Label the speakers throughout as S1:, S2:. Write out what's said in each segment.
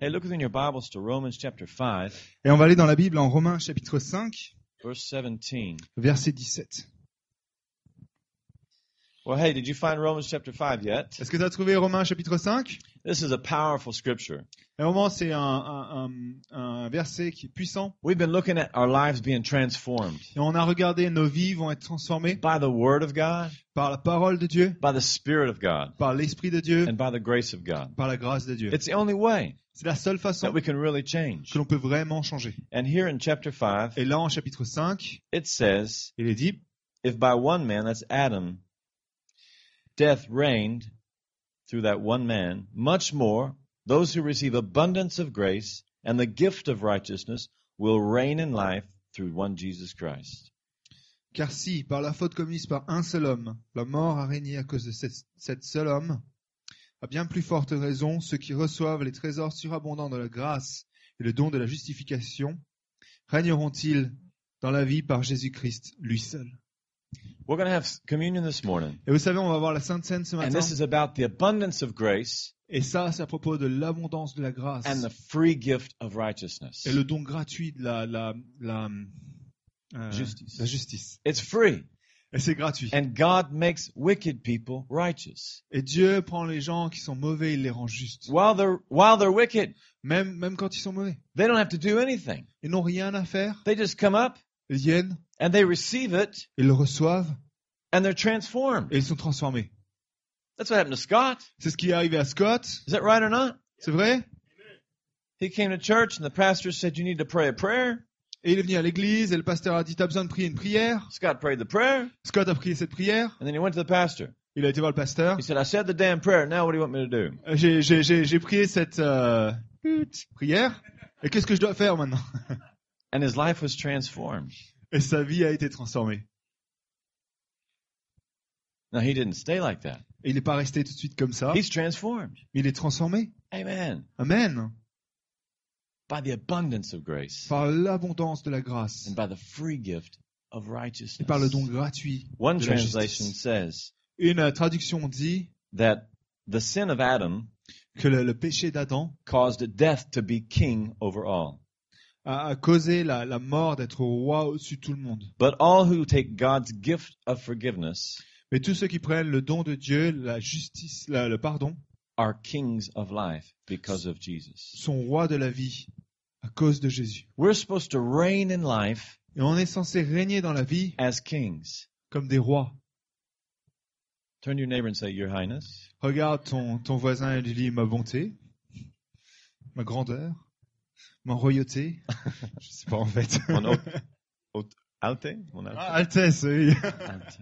S1: Hey, look within your Bibles to Romans chapter 5,
S2: Et on va aller dans la Bible en Romains chapitre 5,
S1: verse 17.
S2: verset 17.
S1: Well, hey, did you find Romans chapter 5 yet?
S2: Est-ce que tu as trouvé Romains chapitre 5
S1: This is a powerful scripture.
S2: Et Romains, c'est un, un- un- un verset qui est puissant.
S1: We've been looking at our lives being transformed
S2: Et on a regardé nos vies vont être transformées
S1: by the Word of God,
S2: par la parole de Dieu,
S1: by the Spirit of God,
S2: par l'Esprit de Dieu,
S1: and by the grace of God.
S2: par la grâce de Dieu.
S1: It's the only way
S2: C'est la seule façon
S1: that we can really change.
S2: que l'on peut vraiment changer.
S1: And here in chapter 5,
S2: Et là, en chapitre 5,
S1: it says,
S2: il est dit,
S1: If by one man, that's Adam, death reigned through that one man, much more those who receive abundance of grace and the gift of righteousness will reign in life through one Jesus Christ.
S2: Car si, par la faute commise par un seul homme, la mort a régné à cause de cet, cet seul homme, à bien plus forte raison, ceux qui reçoivent les trésors surabondants de la grâce et le don de la justification régneront-ils dans la vie par Jésus-Christ, lui seul.
S1: We're going to have communion this morning,
S2: Et vous savez, on va voir la Sainte Seine ce
S1: and
S2: matin,
S1: this is about the abundance of grace
S2: et ça, c'est à propos de l'abondance de la grâce
S1: and the free gift of righteousness.
S2: et le don gratuit de la, la, la, euh,
S1: Justice.
S2: la justice.
S1: It's free,
S2: Et c'est gratuit.
S1: and God makes wicked people righteous.
S2: Et Dieu prend les gens qui sont mauvais, il les rend justes,
S1: While they're while they're wicked,
S2: même, même quand ils sont mauvais.
S1: they don't have to do anything.
S2: Ils n'ont rien à faire.
S1: They just come up
S2: Ils viennent,
S1: and they receive it
S2: ils le reçoivent
S1: and they're transformed.
S2: et ils sont transformés.
S1: That's what happened to Scott.
S2: C'est ce qui est arrivé à Scott,
S1: Is that right or not?
S2: c'est vrai
S1: He came to church and the pastor said, You need to pray a prayer.
S2: Et il est venu à l'église et le pasteur a dit T'as besoin de prier une prière
S1: Scott prayed the prayer
S2: Scott a prié cette prière.
S1: and then he went to the pastor.
S2: Il a été voir le pasteur.
S1: He said, I said the damn prayer. Now what do you want me to do?
S2: Euh, J'ai- J'ai j'ai- j'ai prié cette euh, pute prière. Et qu'est-ce que je dois faire maintenant
S1: And his life was transformed.
S2: Et sa vie a été transformée.
S1: Now he didn't stay like that.
S2: Et il n'est pas resté tout de suite comme ça, mais
S1: He's transformed.
S2: il est transformé.
S1: Amen.
S2: Amen.
S1: By the abundance of grace
S2: Par l'abondance de la grâce
S1: and by the free gift of
S2: et par le don
S1: righteousness.
S2: gratuit.
S1: One
S2: de la justice.
S1: translation says
S2: Une euh, traduction dit
S1: that the sin of Adam
S2: que le- le péché d'Adam
S1: caused death to be king over all.
S2: a, a causé la, la mort d'être roi au-dessus de tout le monde.
S1: But all who take God's gift of forgiveness
S2: Mais tous ceux qui prennent le don de Dieu, la justice, la- le pardon,
S1: are kings of life because of Jesus.
S2: sont rois de la vie à cause de Jésus.
S1: We're supposed to reign in life
S2: Et on est censé régner dans la vie
S1: as kings.
S2: comme des rois.
S1: Turn to your neighbor and say, Your Highness,
S2: Regarde ton, ton voisin et lui dis ma bonté, ma grandeur, ma royauté. Je sais pas en fait.
S1: Mon haute- Alte? Mon Alte.
S2: Ah, Altesse, oui.
S1: Alte.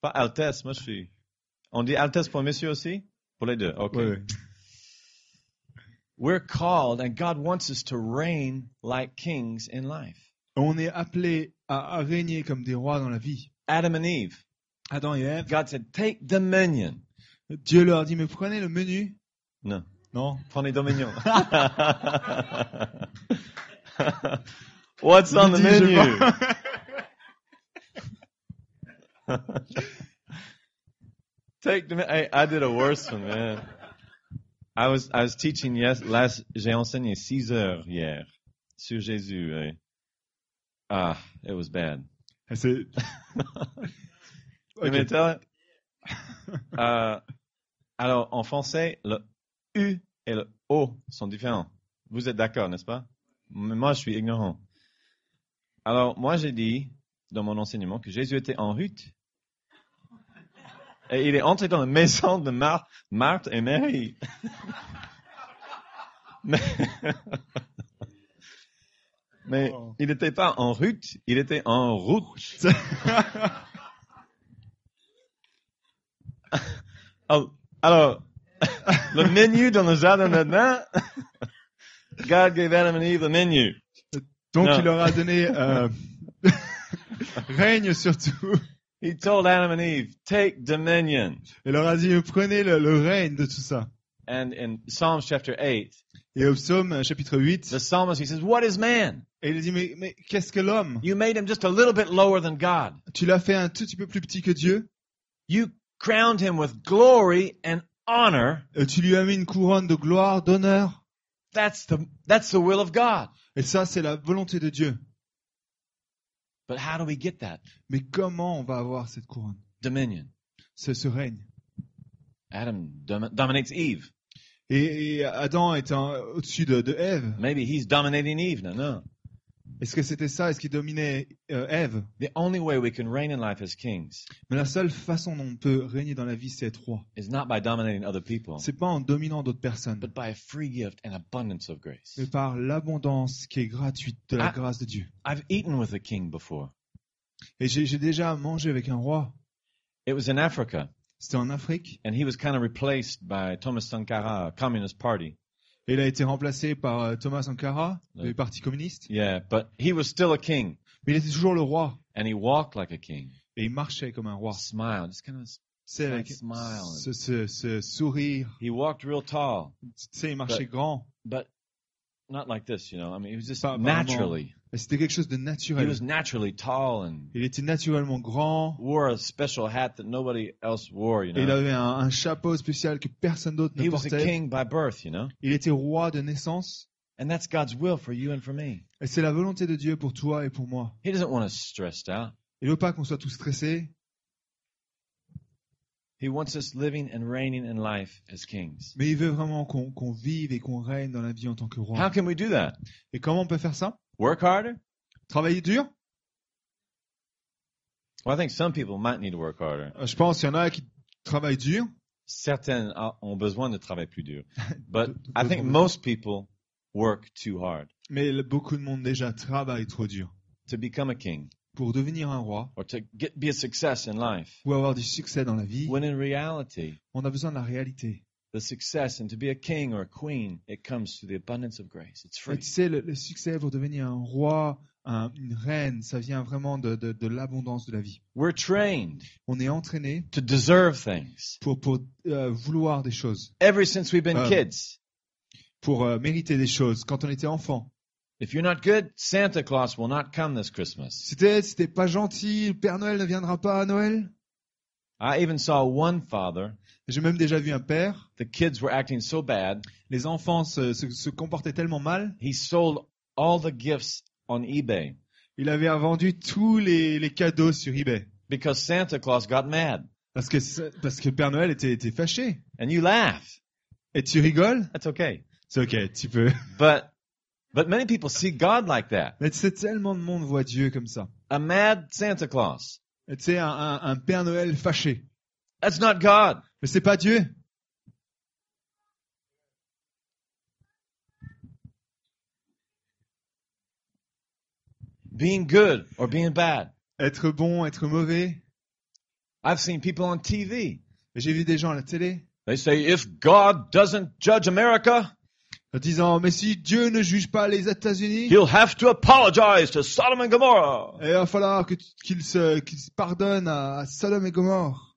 S1: Pas Altesse, moi je suis. On dit Altesse pour monsieur aussi? Pour les deux, ok.
S2: Ouais, ouais.
S1: We're called, and God wants us to reign like kings in life.
S2: On est appelé à, à régner comme des rois dans la vie.
S1: Adam and Eve,
S2: Adam et Ève,
S1: God said, Take dominion.
S2: Dieu leur dit mais prenez le menu.
S1: Non.
S2: Non,
S1: Prenez dominion. What's on the
S2: Dis, je
S1: menu?
S2: vois.
S1: Take the. Hey, I did a worse one, man. I was I was teaching yes last. J'ai enseigné six heures hier sur Jésus. eh. Ah, it was bad.
S2: Et c'est-
S1: Mais
S2: Ok.
S1: toi, euh, alors en français, le U et le O sont différents. Vous êtes d'accord, n'est-ce pas Mais moi, je suis ignorant. Alors moi, j'ai dit dans mon enseignement que Jésus était en route. Et il est entré dans la maison de Mar- Marthe et Marie. Mais, mais
S2: Oh.
S1: il n'était pas en route, il était en route. Oh, alors, le menu dans le jardin d'Adam, God gave Adam and Eve the menu.
S2: Donc
S1: Non.
S2: il leur a donné euh, règne surtout.
S1: He told Adam and Eve, take dominion.
S2: Il leur a dit prenez le, le règne de tout ça.
S1: And in Psalms chapter 8,
S2: Et au psaume euh, chapitre 8,
S1: the psalmist, he says, what is man?
S2: et il dit mais, mais qu'est-ce que l'homme
S1: You made him just a little bit lower than God.
S2: Tu l'as fait un tout petit peu plus petit que Dieu.
S1: You crowned him with glory and honor,
S2: Euh, Tu lui as mis une couronne de gloire, d'honneur,
S1: That's the, that's the will of God.
S2: Et ça, c'est la volonté de Dieu.
S1: But how do we get that?
S2: Mais comment on va avoir cette couronne
S1: Dominion.
S2: ce, ce règne
S1: Adam dom- dominates Eve.
S2: et, et Adam est un- au-dessus de, de Ève.
S1: Maybe he's dominating Eve. No, no.
S2: Est-ce que c'était ça Est-ce qu'il dominait euh, Ève
S1: The only way we can reign in life as kings
S2: Mais la seule façon dont on peut régner dans la vie, c'est être roi.
S1: is not by dominating other people,
S2: C'est pas en dominant d'autres personnes,
S1: but by a free gift and abundance of grace.
S2: mais par l'abondance qui est gratuite de la
S1: Ah.
S2: grâce de Dieu.
S1: I've eaten with a king before.
S2: Et j'ai j'ai déjà mangé avec un roi.
S1: It was in Africa,
S2: C'était en Afrique.
S1: and he was kind of replaced by Thomas Sankara, a Communist Party.
S2: Et il a été remplacé par euh, Thomas Sankara, du
S1: Ouais.
S2: Parti communiste.
S1: Yeah, but he was still a king,
S2: Mais il était toujours le roi.
S1: and he walked like a king.
S2: Et il marchait comme un roi.
S1: Smile, just kind of.
S2: C'est avec
S1: Smile.
S2: ce, ce- ce sourire.
S1: He walked real tall,
S2: Tu sais, il marchait grand.
S1: but not like this, you know. I mean, he was just
S2: Pas vraiment.
S1: naturally.
S2: Et C'était quelque chose de
S1: He
S2: naturel.
S1: was naturally tall and
S2: Il était naturellement grand.
S1: wore a special hat that nobody else wore, you
S2: Et il
S1: know.
S2: avait un, un chapeau spécial que personne d'autre ne
S1: He was a
S2: portait.
S1: king by birth, you know.
S2: Il était roi de naissance.
S1: And that's God's will for you and for me.
S2: Et c'est la volonté de Dieu pour toi et pour moi.
S1: He doesn't want us stressed out.
S2: Il veut pas qu'on soit tous stressés,
S1: He wants us living and reigning in life as kings.
S2: mais il veut vraiment qu'on qu'on vive et qu'on règne dans la vie en tant que
S1: How
S2: roi.
S1: can we do that?
S2: Et comment on peut faire ça
S1: Work harder?
S2: Travailler dur
S1: Well, I think some people might need to work harder.
S2: Euh, Je pense qu'il y en a qui travaillent dur.
S1: Certains a- ont besoin de travailler plus dur. But I think
S2: D'autres-
S1: most people work too hard
S2: Mais le- beaucoup de monde déjà travaille trop dur.
S1: to become a king
S2: Pour devenir un roi,
S1: or to get, be a success in life.
S2: pour avoir du succès dans la vie,
S1: When in reality,
S2: on a besoin de la réalité.
S1: the success and to be a king or a queen, it comes through the abundance of grace. It's
S2: Et
S1: free.
S2: tu sais, le, le succès pour devenir un roi, un- une reine, ça vient vraiment de- de- de l'abondance de la vie.
S1: We're trained
S2: On est entraîné
S1: to deserve things
S2: pour, pour euh, vouloir des choses,
S1: ever since we've been
S2: Um,
S1: kids.
S2: pour euh, mériter des choses quand on était enfant.
S1: If you're not good, Santa Claus will not come this Christmas.
S2: C'était c'était pas gentil, le Père Noël ne viendra pas à Noël.
S1: I even saw one father.
S2: J'ai même déjà vu un père,
S1: The kids were acting so bad,
S2: les enfants se, se, se comportaient tellement mal,
S1: he sold all the gifts on eBay
S2: il avait vendu tous les, les cadeaux sur eBay.
S1: because Santa Claus got mad.
S2: Parce que, c'est- parce que le Père Noël était, était fâché.
S1: And you laugh.
S2: Et tu rigoles
S1: That's okay.
S2: C'est ok, tu peux.
S1: But but many people see God like that.
S2: Mais tu sais, tellement de monde voit Dieu comme ça.
S1: A mad Santa Claus.
S2: Et Tu sais, un, un, un Père Noël fâché.
S1: That's not God.
S2: Mais c'est pas Dieu.
S1: Being good or being bad.
S2: Être bon, être mauvais.
S1: I've seen people on TV.
S2: J'ai vu des gens à la télé
S1: They say if God doesn't judge America,
S2: en disant mais si Dieu ne juge pas les États-Unis,
S1: he'll have to apologize to Sodom and Gomorrah.
S2: il Eh, va falloir que tu- qu'il se qu'il se pardonne à, à Sodome et Gomorre.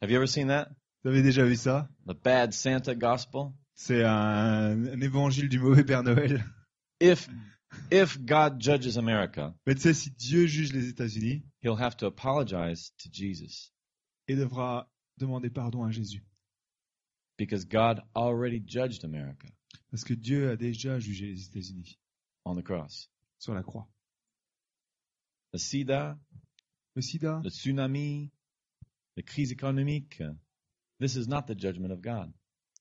S1: Have you ever seen that?
S2: Vous avez déjà vu ça
S1: The bad Santa gospel?
S2: C'est un, un évangile du mauvais Père Noël.
S1: If if God judges America,
S2: Mais tu sais si Dieu juge les États-Unis,
S1: he'll have to apologize to Jesus
S2: il devra demander pardon à Jésus
S1: because God already judged America
S2: parce que Dieu a déjà jugé les États-Unis
S1: on the cross.
S2: sur la croix.
S1: The sida,
S2: Le sida,
S1: the tsunami, the crise économique. This is not the judgment of God.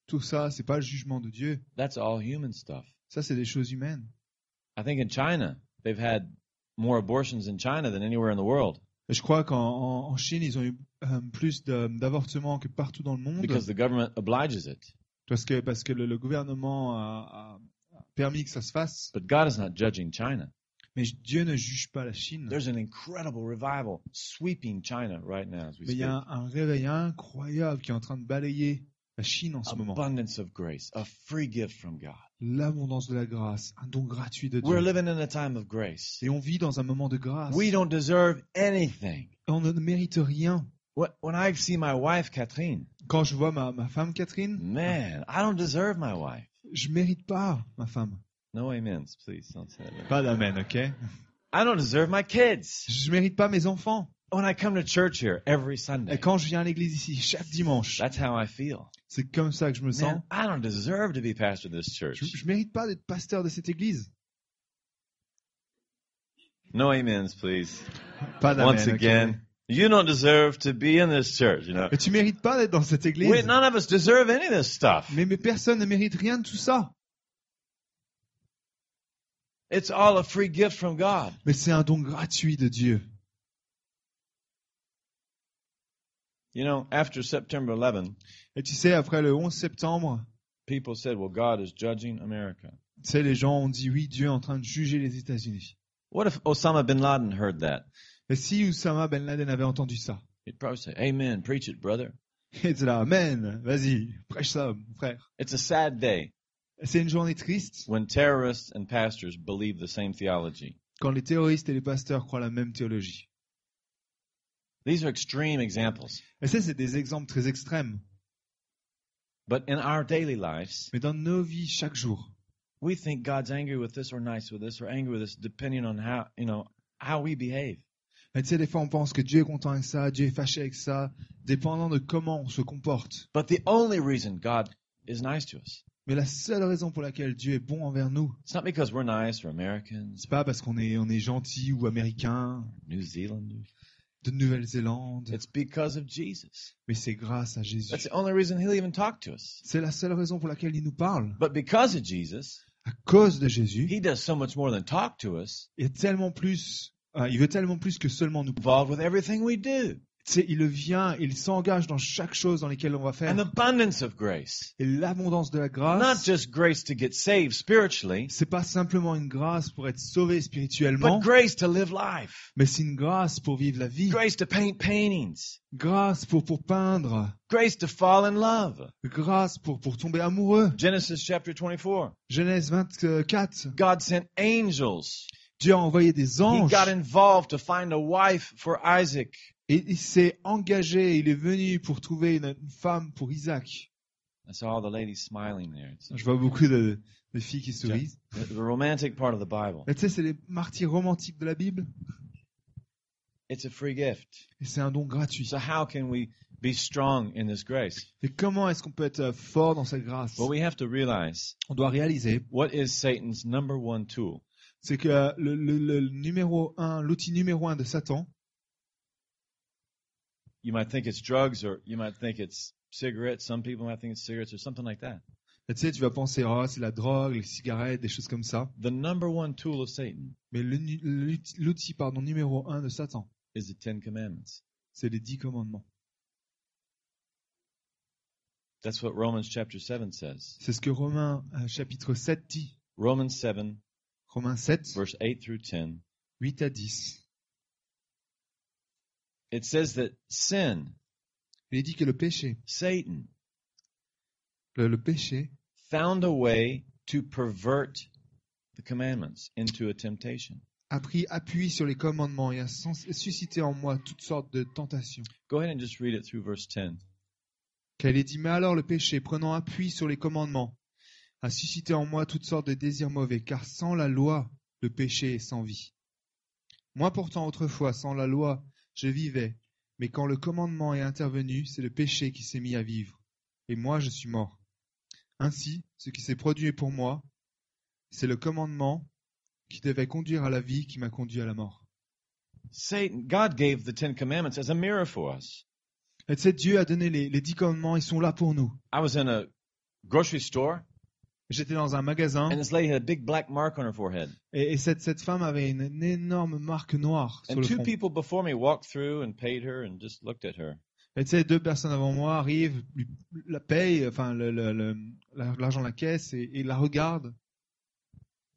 S2: tout ça, c'est pas le jugement de Dieu.
S1: That's all human stuff.
S2: Ça c'est des choses humaines.
S1: I think in China, they've had more abortions in China than anywhere in the world
S2: Et je crois qu'en en- en Chine, ils ont eu euh, plus de- d'avortements que partout dans le monde.
S1: because the government obliges it.
S2: Parce que, parce que le, le gouvernement a, a- a permis que ça se fasse.
S1: But God is not judging China.
S2: Mais Dieu ne juge pas la Chine.
S1: There's an incredible revival sweeping China right now as we
S2: Mais il
S1: speak.
S2: y a un, un réveil incroyable qui est en train de balayer la Chine en ce moment.
S1: Abundance of grace, a free gift from God.
S2: L'abondance de la grâce, un don gratuit de
S1: We're
S2: Dieu.
S1: living in a time of grace.
S2: Et on vit dans un moment de grâce.
S1: We don't deserve anything.
S2: Et on ne mérite rien.
S1: Wh- When I see my wife, Catherine,
S2: Quand je vois ma, ma femme Catherine,
S1: man, I don't deserve my wife.
S2: je mérite pas ma femme.
S1: No amens, please. Don't say that.
S2: Pas d'amen, ok
S1: I don't deserve my kids.
S2: Je mérite pas mes enfants.
S1: When I come to church here every Sunday,
S2: Et quand je viens à l'église ici, chaque dimanche,
S1: that's how I feel.
S2: c'est comme ça que je me sens.
S1: Man, I don't deserve to be pastor of this church.
S2: Je, je mérite pas d'être pasteur de cette église.
S1: No amens, please.
S2: Pas d'amen,
S1: Once
S2: ok.
S1: again, you don't deserve to be in this church, you know.
S2: Et tu mérites pas d'être dans cette église.
S1: We, none of us deserve any of this stuff.
S2: mais, mais personne ne mérite rien de tout ça.
S1: It's all a free gift from God.
S2: Mais c'est un don gratuit de Dieu.
S1: You know, after September 11,
S2: Et tu sais, après le 11 septembre,
S1: people said, well, God is judging America.
S2: tu sais, les gens ont dit oui, Dieu est en train de juger les États-Unis.
S1: What if Osama bin Laden heard that?
S2: Et si Oussama Ben Laden avait entendu ça,
S1: He'd probably say, Amen, preach it, brother.
S2: il était là, Amen, vas-y, prêche ça, mon frère.
S1: It's a sad day
S2: Et C'est une journée triste
S1: when terrorists and pastors believe the same theology.
S2: quand les terroristes et les pasteurs croient la même théologie.
S1: These are extreme examples.
S2: Et ça, c'est des exemples très extrêmes.
S1: But in our daily lives,
S2: Mais dans nos vies chaque jour,
S1: we think God's angry with this or nice with this or angry with this, depending on how, you know, how we behave.
S2: et tu sais, des fois, on pense que Dieu est content avec ça, Dieu est fâché avec ça, dépendant de comment on se comporte.
S1: But the only reason God is nice to us,
S2: Mais la seule raison pour laquelle Dieu est bon envers nous,
S1: it's not because we're nice or Americans,
S2: c'est pas parce qu'on est, on est gentil ou américain,
S1: New Zealanders.
S2: de Nouvelle-Zélande,
S1: It's because of Jesus.
S2: mais c'est grâce à Jésus.
S1: That's the only reason He'll even talk to us.
S2: C'est la seule raison pour laquelle il nous parle.
S1: But because of Jesus,
S2: À cause de Jésus,
S1: He does so much more than talk to us,
S2: il est tellement plus, euh, il veut tellement plus que seulement nous. Tu
S1: involved with everything we do.
S2: sais, il vient, il s'engage dans chaque chose dans laquelle on va faire.
S1: An abundance of grace.
S2: Et l'abondance de la
S1: Not
S2: grâce,
S1: just grace to get saved spiritually,
S2: c'est pas simplement une grâce pour être sauvé
S1: but
S2: spirituellement,
S1: grace to live life.
S2: mais c'est une grâce pour vivre la vie,
S1: Grace to paint paintings.
S2: grâce pour pour peindre,
S1: Grace to fall in love.
S2: grâce pour pour tomber amoureux.
S1: Genesis chapter 24.
S2: Genèse 24,
S1: God sent angels.
S2: Dieu a envoyé des
S1: He
S2: anges
S1: got involved to find a wife for Isaac.
S2: et il s'est engagé, il est venu pour trouver une, une femme pour Isaac.
S1: I saw all the ladies smiling there. It's
S2: Je vois beaucoup de, de filles qui sourient.
S1: the- the romantic part of the Bible.
S2: Et tu sais, c'est les martyrs romantiques de la Bible.
S1: It's a free gift.
S2: Et c'est un don gratuit.
S1: So how can we be strong in this grace?
S2: Et comment est-ce qu'on peut être euh, fort dans cette grâce
S1: Well, we have to realize
S2: On doit réaliser,
S1: what is Satan's number one tool?
S2: c'est que euh, le, le- le numéro un, l'outil numéro un de Satan,
S1: You might think it's drugs or you might think it's cigarettes. Some people might think it's cigarettes or something like that.
S2: et tu sais, tu vas penser, oh, c'est la drogue, les cigarettes, des choses comme ça.
S1: The number one tool of Satan
S2: Mais le nu- l'outil, l'outil, pardon, numéro un de Satan,
S1: is the Ten Commandments.
S2: c'est les dix commandements.
S1: That's what Romans chapter 7 says.
S2: C'est ce que Romains euh, chapitre 7 dit.
S1: Romans 7,
S2: Romains 7,
S1: verse 8 through 10.
S2: 8 à 10.
S1: It says that sin,
S2: Il est dit que le péché,
S1: Satan,
S2: le, le péché,
S1: found a way to pervert the commandments into a temptation.
S2: a pris appui sur les commandements et a sens- suscité en moi toutes sortes de tentations.
S1: Go ahead and just read it through verse 10.
S2: Qu'elle ait dit, mais alors le péché, prenant appui sur les commandements, a suscité en moi toutes sortes de désirs mauvais, car sans la loi, le péché est sans vie. Moi pourtant autrefois, sans la loi, je vivais, mais quand le commandement est intervenu, c'est le péché qui s'est mis à vivre, et moi je suis mort. Ainsi, ce qui s'est produit pour moi, c'est le commandement qui devait conduire à la vie qui m'a conduit à la mort.
S1: Satan, God gave the Ten Commandments as a mirror for us.
S2: Et tu sais, Dieu a donné les, les dix commandements, ils sont là pour nous.
S1: I was in a grocery store
S2: J'étais dans un magasin.
S1: and this lady had a big black mark on her forehead.
S2: Et, et cette, cette femme avait une, une énorme marque noire sur
S1: And
S2: le
S1: two
S2: front.
S1: people before me walked through and paid her and just looked at her.
S2: Et tu sais, deux personnes avant moi arrivent, lui- la payent, enfin le- le- le- la- l'argent de la caisse et, et la regardent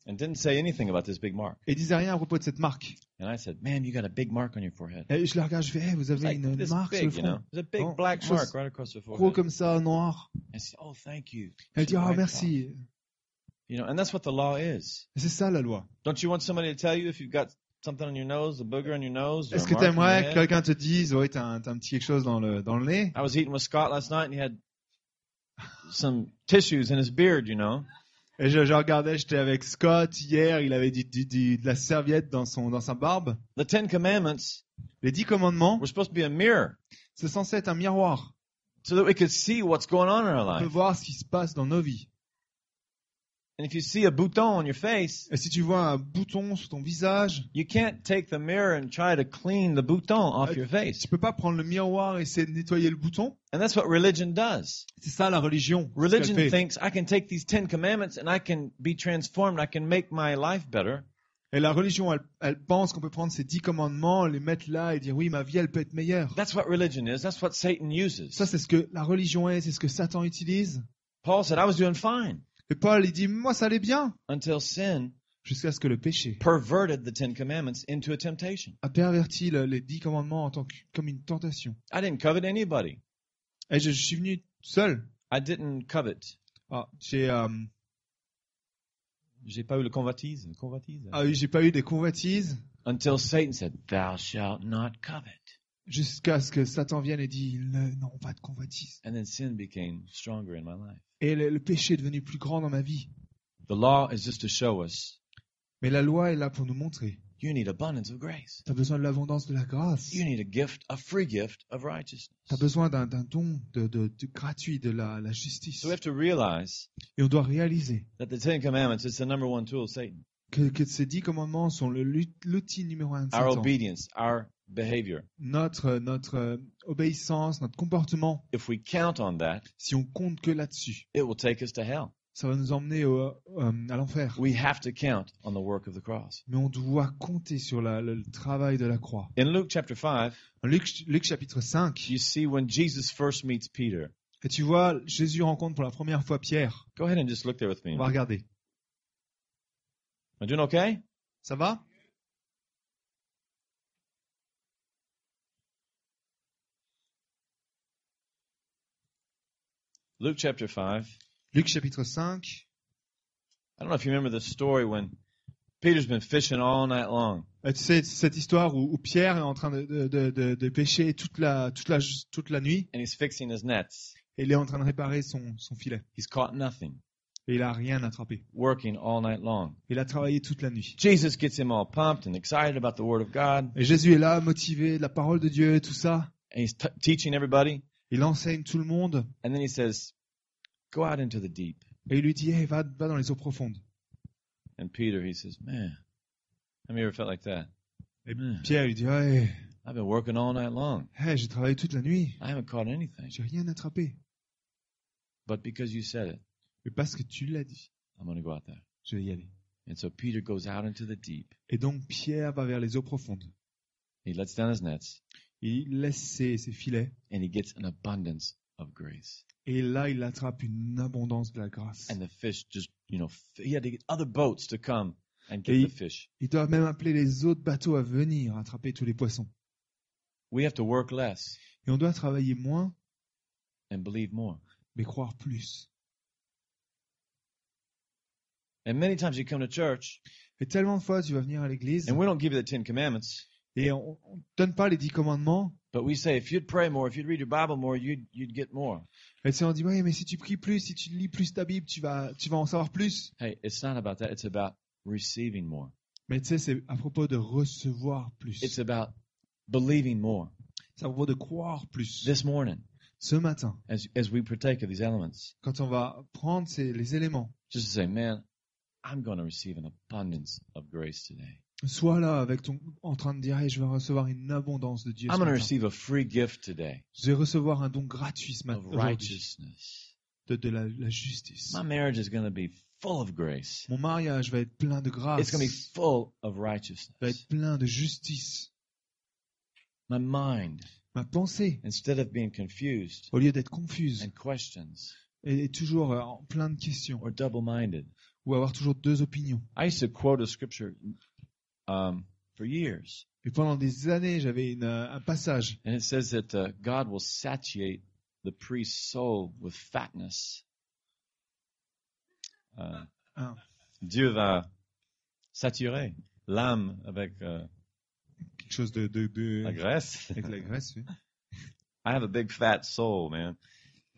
S1: and didn't say anything about this big mark.
S2: et disent rien à propos de cette marque.
S1: And I said, "Man, you got a big mark on your forehead."
S2: Et je la regarde, je fais, Hey,
S1: It's
S2: vous avez
S1: like
S2: une
S1: this
S2: marque sur le
S1: big, you know.
S2: front,
S1: It's a big
S2: Oh,
S1: black
S2: chose-
S1: mark right across the
S2: gros
S1: forehead.
S2: comme ça, noir.
S1: And she, "Oh, thank you."
S2: Elle
S1: She
S2: dit, oh
S1: wiped off.
S2: merci.
S1: You know, and that's what the law is.
S2: Et C'est ça la loi.
S1: Don't you want somebody to tell you if you've got something on your nose, a booger on your nose, or
S2: Est-ce
S1: a
S2: que
S1: mark on your
S2: t'aimerais que
S1: head?
S2: quelqu'un te dise, ouais, t'as un, t'as un petit quelque chose dans le dans le nez
S1: I was eating with Scott last night, and he had some tissues in his beard. You know,
S2: Et je, je regardais, j'étais avec Scott hier, il avait dit, dit- dit de la serviette dans, son, dans sa barbe.
S1: The Ten Commandments
S2: Les dix commandements,
S1: were supposed to be a mirror
S2: c'est censé être un miroir.
S1: so that we could see what's going on in our
S2: On peut
S1: life.
S2: voir ce qui se passe dans nos vies.
S1: And if you see a bouton on your face,
S2: Et si tu vois un bouton sur ton visage,
S1: you can't take the mirror and try to clean the bouton off your face.
S2: tu peux pas prendre le miroir et essayer de nettoyer le bouton.
S1: And that's what religion does.
S2: C'est ça la religion. ce qu'elle
S1: Religion
S2: fait.
S1: thinks I can take these Ten Commandments and I can be transformed. I can make my life better.
S2: Et la religion, elle, elle pense qu'on peut prendre ces dix commandements, les mettre là et dire oui, ma vie, elle peut être meilleure.
S1: That's what religion is. That's what Satan uses.
S2: Ça, c'est ce que la religion est, c'est ce que Satan utilise.
S1: Paul said, I was doing fine
S2: Et Paul, il dit, moi, ça allait bien.
S1: until sin
S2: Jusqu'à ce que le péché
S1: perverted the Ten Commandments into a temptation.
S2: a perverti le- les dix commandements en tant que, comme une tentation.
S1: I didn't covet anybody.
S2: Et je, je suis venu seul.
S1: I didn't covet.
S2: Ah, j'ai, euh,
S1: J'ai pas eu le convoitise. le convoitise.
S2: ah oui, j'ai pas eu des convoitises
S1: Until Satan said, Thou shalt not covet.
S2: jusqu'à ce que Satan vienne et dise, Ne- non, pas de convoitise.
S1: And then sin became stronger in my life.
S2: Et le, le péché est devenu plus grand dans ma vie.
S1: The law is just to show us
S2: Mais la loi est là pour nous montrer.
S1: you need abundance of grace.
S2: T'as besoin de l'abondance de la grâce.
S1: You need a gift, a free gift of righteousness.
S2: T'as besoin d'un d'un don de, de- de gratuit de la, la justice.
S1: So we have to realize
S2: Et on doit réaliser
S1: that the Ten Commandments is the number one tool of Satan.
S2: que, que ces dix commandements sont le lut- l'outil numéro un de
S1: Our
S2: Satan.
S1: obedience, our behavior.
S2: Notre, notre euh, obéissance, notre comportement,
S1: If we count on that,
S2: si on compte que là-dessus,
S1: it will take us to hell.
S2: ça va nous emmener au, euh, à l'enfer.
S1: We have to count on the work of the cross.
S2: Mais on doit compter sur la- le, le travail de la croix.
S1: In Luke chapter 5,
S2: En Luc, Luc chapitre 5,
S1: you see when Jesus first meets Peter.
S2: et tu vois, Jésus rencontre pour la première fois Pierre.
S1: Go ahead and just look there with me.
S2: On va
S1: Am
S2: regarder.
S1: I doing okay?
S2: Ça va
S1: Luke chapter 5.
S2: Luc chapitre 5.
S1: I don't know if you remember the story when Peter's been fishing all night long.
S2: Euh, Tu sais, cette histoire où, où Pierre est en train de, de, de- de- de pêcher toute la, toute, la, toute la nuit
S1: and he's fixing his nets.
S2: et il est en train de réparer son, son filet.
S1: He's caught nothing,
S2: Et il a rien attrapé.
S1: working all night long.
S2: Il a travaillé toute la nuit.
S1: Jesus gets him all pumped and excited about the Word of God,
S2: Et Jésus est là, motivé, de la parole de Dieu et tout ça.
S1: and he's t- teaching everybody.
S2: Il enseigne tout le monde
S1: And then he says, Go out into the deep.
S2: et il lui dit Hey, va, va dans les eaux profondes.
S1: And Peter, he says, Man, have you ever felt like that?
S2: Et
S1: Man,
S2: Pierre lui dit Hey,
S1: I've been working all night long.
S2: hey, j'ai travaillé toute la nuit,
S1: I haven't caught anything.
S2: j'ai rien attrapé.
S1: But because you said it,
S2: Mais parce que tu l'as dit,
S1: I'm going to go out there.
S2: je vais y aller.
S1: And so Peter goes out into the deep.
S2: Et donc Pierre va vers les eaux profondes.
S1: He lets down his nets,
S2: Il laisse ses, ses filets
S1: and he gets an abundance of grace.
S2: et là il attrape une abondance de la grâce.
S1: And the fish just, you know, f- he had to get other boats to come and get
S2: Et-
S1: the fish.
S2: Il doit même appeler les autres bateaux à venir attraper tous les poissons.
S1: We have to work less
S2: Et on doit travailler moins,
S1: and believe more.
S2: mais croire plus.
S1: And many times you come to church
S2: Et tellement de fois tu vas venir à l'église
S1: and we don't give you the Ten Commandments,
S2: et on on te donne pas les dix commandements.
S1: but we say if you'd pray more, if you'd read your Bible more, you'd you'd get more.
S2: Et tu sais, on dit, ouais, mais si tu pries plus, si tu lis plus ta Bible, tu vas, tu vas en savoir plus.
S1: Hey, it's not about that. It's about receiving more.
S2: Mais tu sais, c'est à propos de recevoir plus.
S1: It's about believing more.
S2: C'est à propos de croire plus.
S1: This morning,
S2: Ce matin,
S1: as as we partake of these elements,
S2: quand on va prendre ces, les éléments,
S1: just to say, man, I'm going to receive an abundance of grace today.
S2: sois là avec ton, en train de dire, Hey, je vais recevoir une abondance de Dieu.
S1: I'm
S2: Ce
S1: going to
S2: matin.
S1: receive a free gift today
S2: Je vais recevoir un don gratuit ce matin
S1: of
S2: aujourd'hui,
S1: righteousness.
S2: de, de la, la justice.
S1: My marriage is going to be full of grace.
S2: Mon mariage va être plein de
S1: It's
S2: grâce,
S1: going to be
S2: va
S1: full of righteousness.
S2: être plein de justice.
S1: My mind
S2: Ma pensée,
S1: instead of being confused
S2: au lieu d'être confuse
S1: and questions
S2: et est toujours euh, en plein de questions
S1: or double minded.
S2: ou avoir toujours deux opinions.
S1: I used to quote a scripture um, for years,
S2: Et pendant des années, j'avais une, euh, un passage
S1: and it says that uh, God will satiate the priest's soul with fatness. Uh,
S2: Ah.
S1: Dieu va saturer l'âme avec euh,
S2: quelque chose de, de, de-
S1: la graisse.
S2: avec la graisse. oui.
S1: I have a big fat soul, man.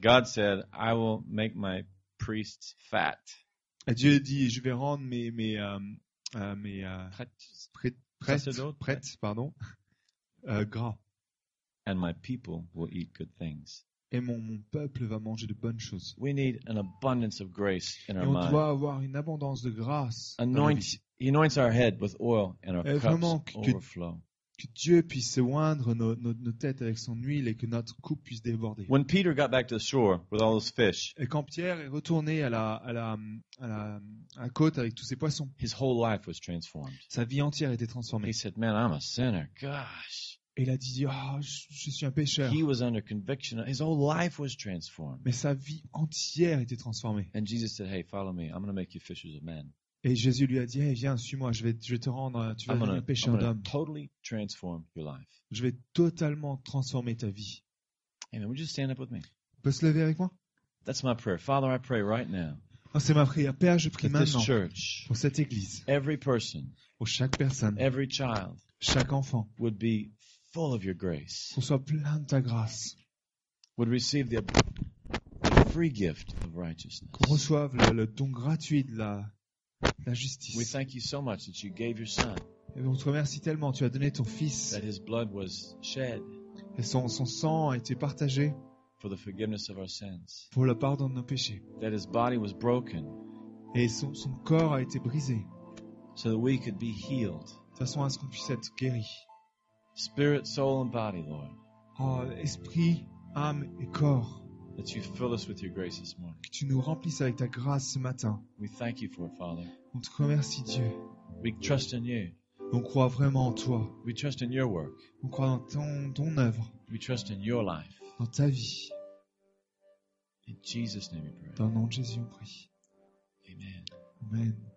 S1: God said, I will make my priests fat
S2: Et Dieu dit, je vais rendre mes, mes, euh, euh, mes euh,
S1: Prêtres.
S2: prêt- prêtes,
S1: Sacerdotes.
S2: prêtes, pardon, euh, gras.
S1: and my people will eat good things.
S2: Et mon, mon peuple va manger de bonnes choses.
S1: We need an abundance of grace in
S2: Et
S1: our
S2: on
S1: mind.
S2: doit avoir une abondance de grâce. dans nos
S1: Anoint,
S2: vies.
S1: he anoints our head with oil and our
S2: Eh, vraiment,
S1: cups
S2: que- que-
S1: overflow.
S2: Que Dieu puisse oindre nos, nos, nos têtes avec son huile et que notre coupe puisse déborder.
S1: When Peter got back to the shore with all those fish,
S2: Et quand Pierre est retourné à la, à la, à la, à la côte avec tous ses poissons,
S1: his whole life was transformed.
S2: sa vie entière a été
S1: He
S2: transformée.
S1: said, Man, I'm a sinner. Gosh.
S2: Et il a dit, ah, je, je suis un pécheur.
S1: He was under conviction. His whole life was transformed.
S2: Mais sa vie entière a été transformée.
S1: And Jesus said, Hey, follow me. I'm going to make you fishers of men.
S2: Et Jésus lui a dit, Eh, viens, suis-moi, je vais, je vais te rendre, tu vas
S1: I'm
S2: devenir
S1: going
S2: pécheur
S1: to
S2: d'homme.
S1: totally transform your life.
S2: Je vais totalement transformer ta vie.
S1: Amen. Would you stand up with me?
S2: Tu peux se lever avec moi
S1: That's my prayer. Father, I pray right now
S2: Ah, C'est ma prière. Père, je prie
S1: that this
S2: maintenant
S1: church,
S2: pour cette église,
S1: every person,
S2: pour chaque personne,
S1: every child
S2: chaque enfant,
S1: would be full of your grace,
S2: qu'on soit plein de ta grâce,
S1: would receive the free gift of righteousness.
S2: qu'on reçoive le, le don gratuit de la, de la justice.
S1: We thank you so much that you gave your son,
S2: Et on te remercie tellement, tu as donné ton fils
S1: that his blood was shed
S2: et son, son sang a été partagé
S1: for the forgiveness of our sins,
S2: pour le pardon de nos péchés.
S1: that his body was broken
S2: Et son, son corps a été brisé
S1: so that we could be healed,
S2: de façon à ce qu'on puisse être guéri.
S1: spirit, soul, and body, Lord,
S2: Oh, esprit, âme et corps,
S1: that you fill us with your grace this morning.
S2: que tu nous remplisses avec ta grâce ce matin.
S1: We thank you for it, Father.
S2: On te remercie Dieu.
S1: We trust in you.
S2: On croit vraiment en toi.
S1: We trust in your work.
S2: On croit dans ton, ton œuvre,
S1: We trust in your life.
S2: dans ta vie.
S1: In Jesus' name we pray.
S2: Dans le nom de Jésus, on prie.
S1: Amen.
S2: Amen.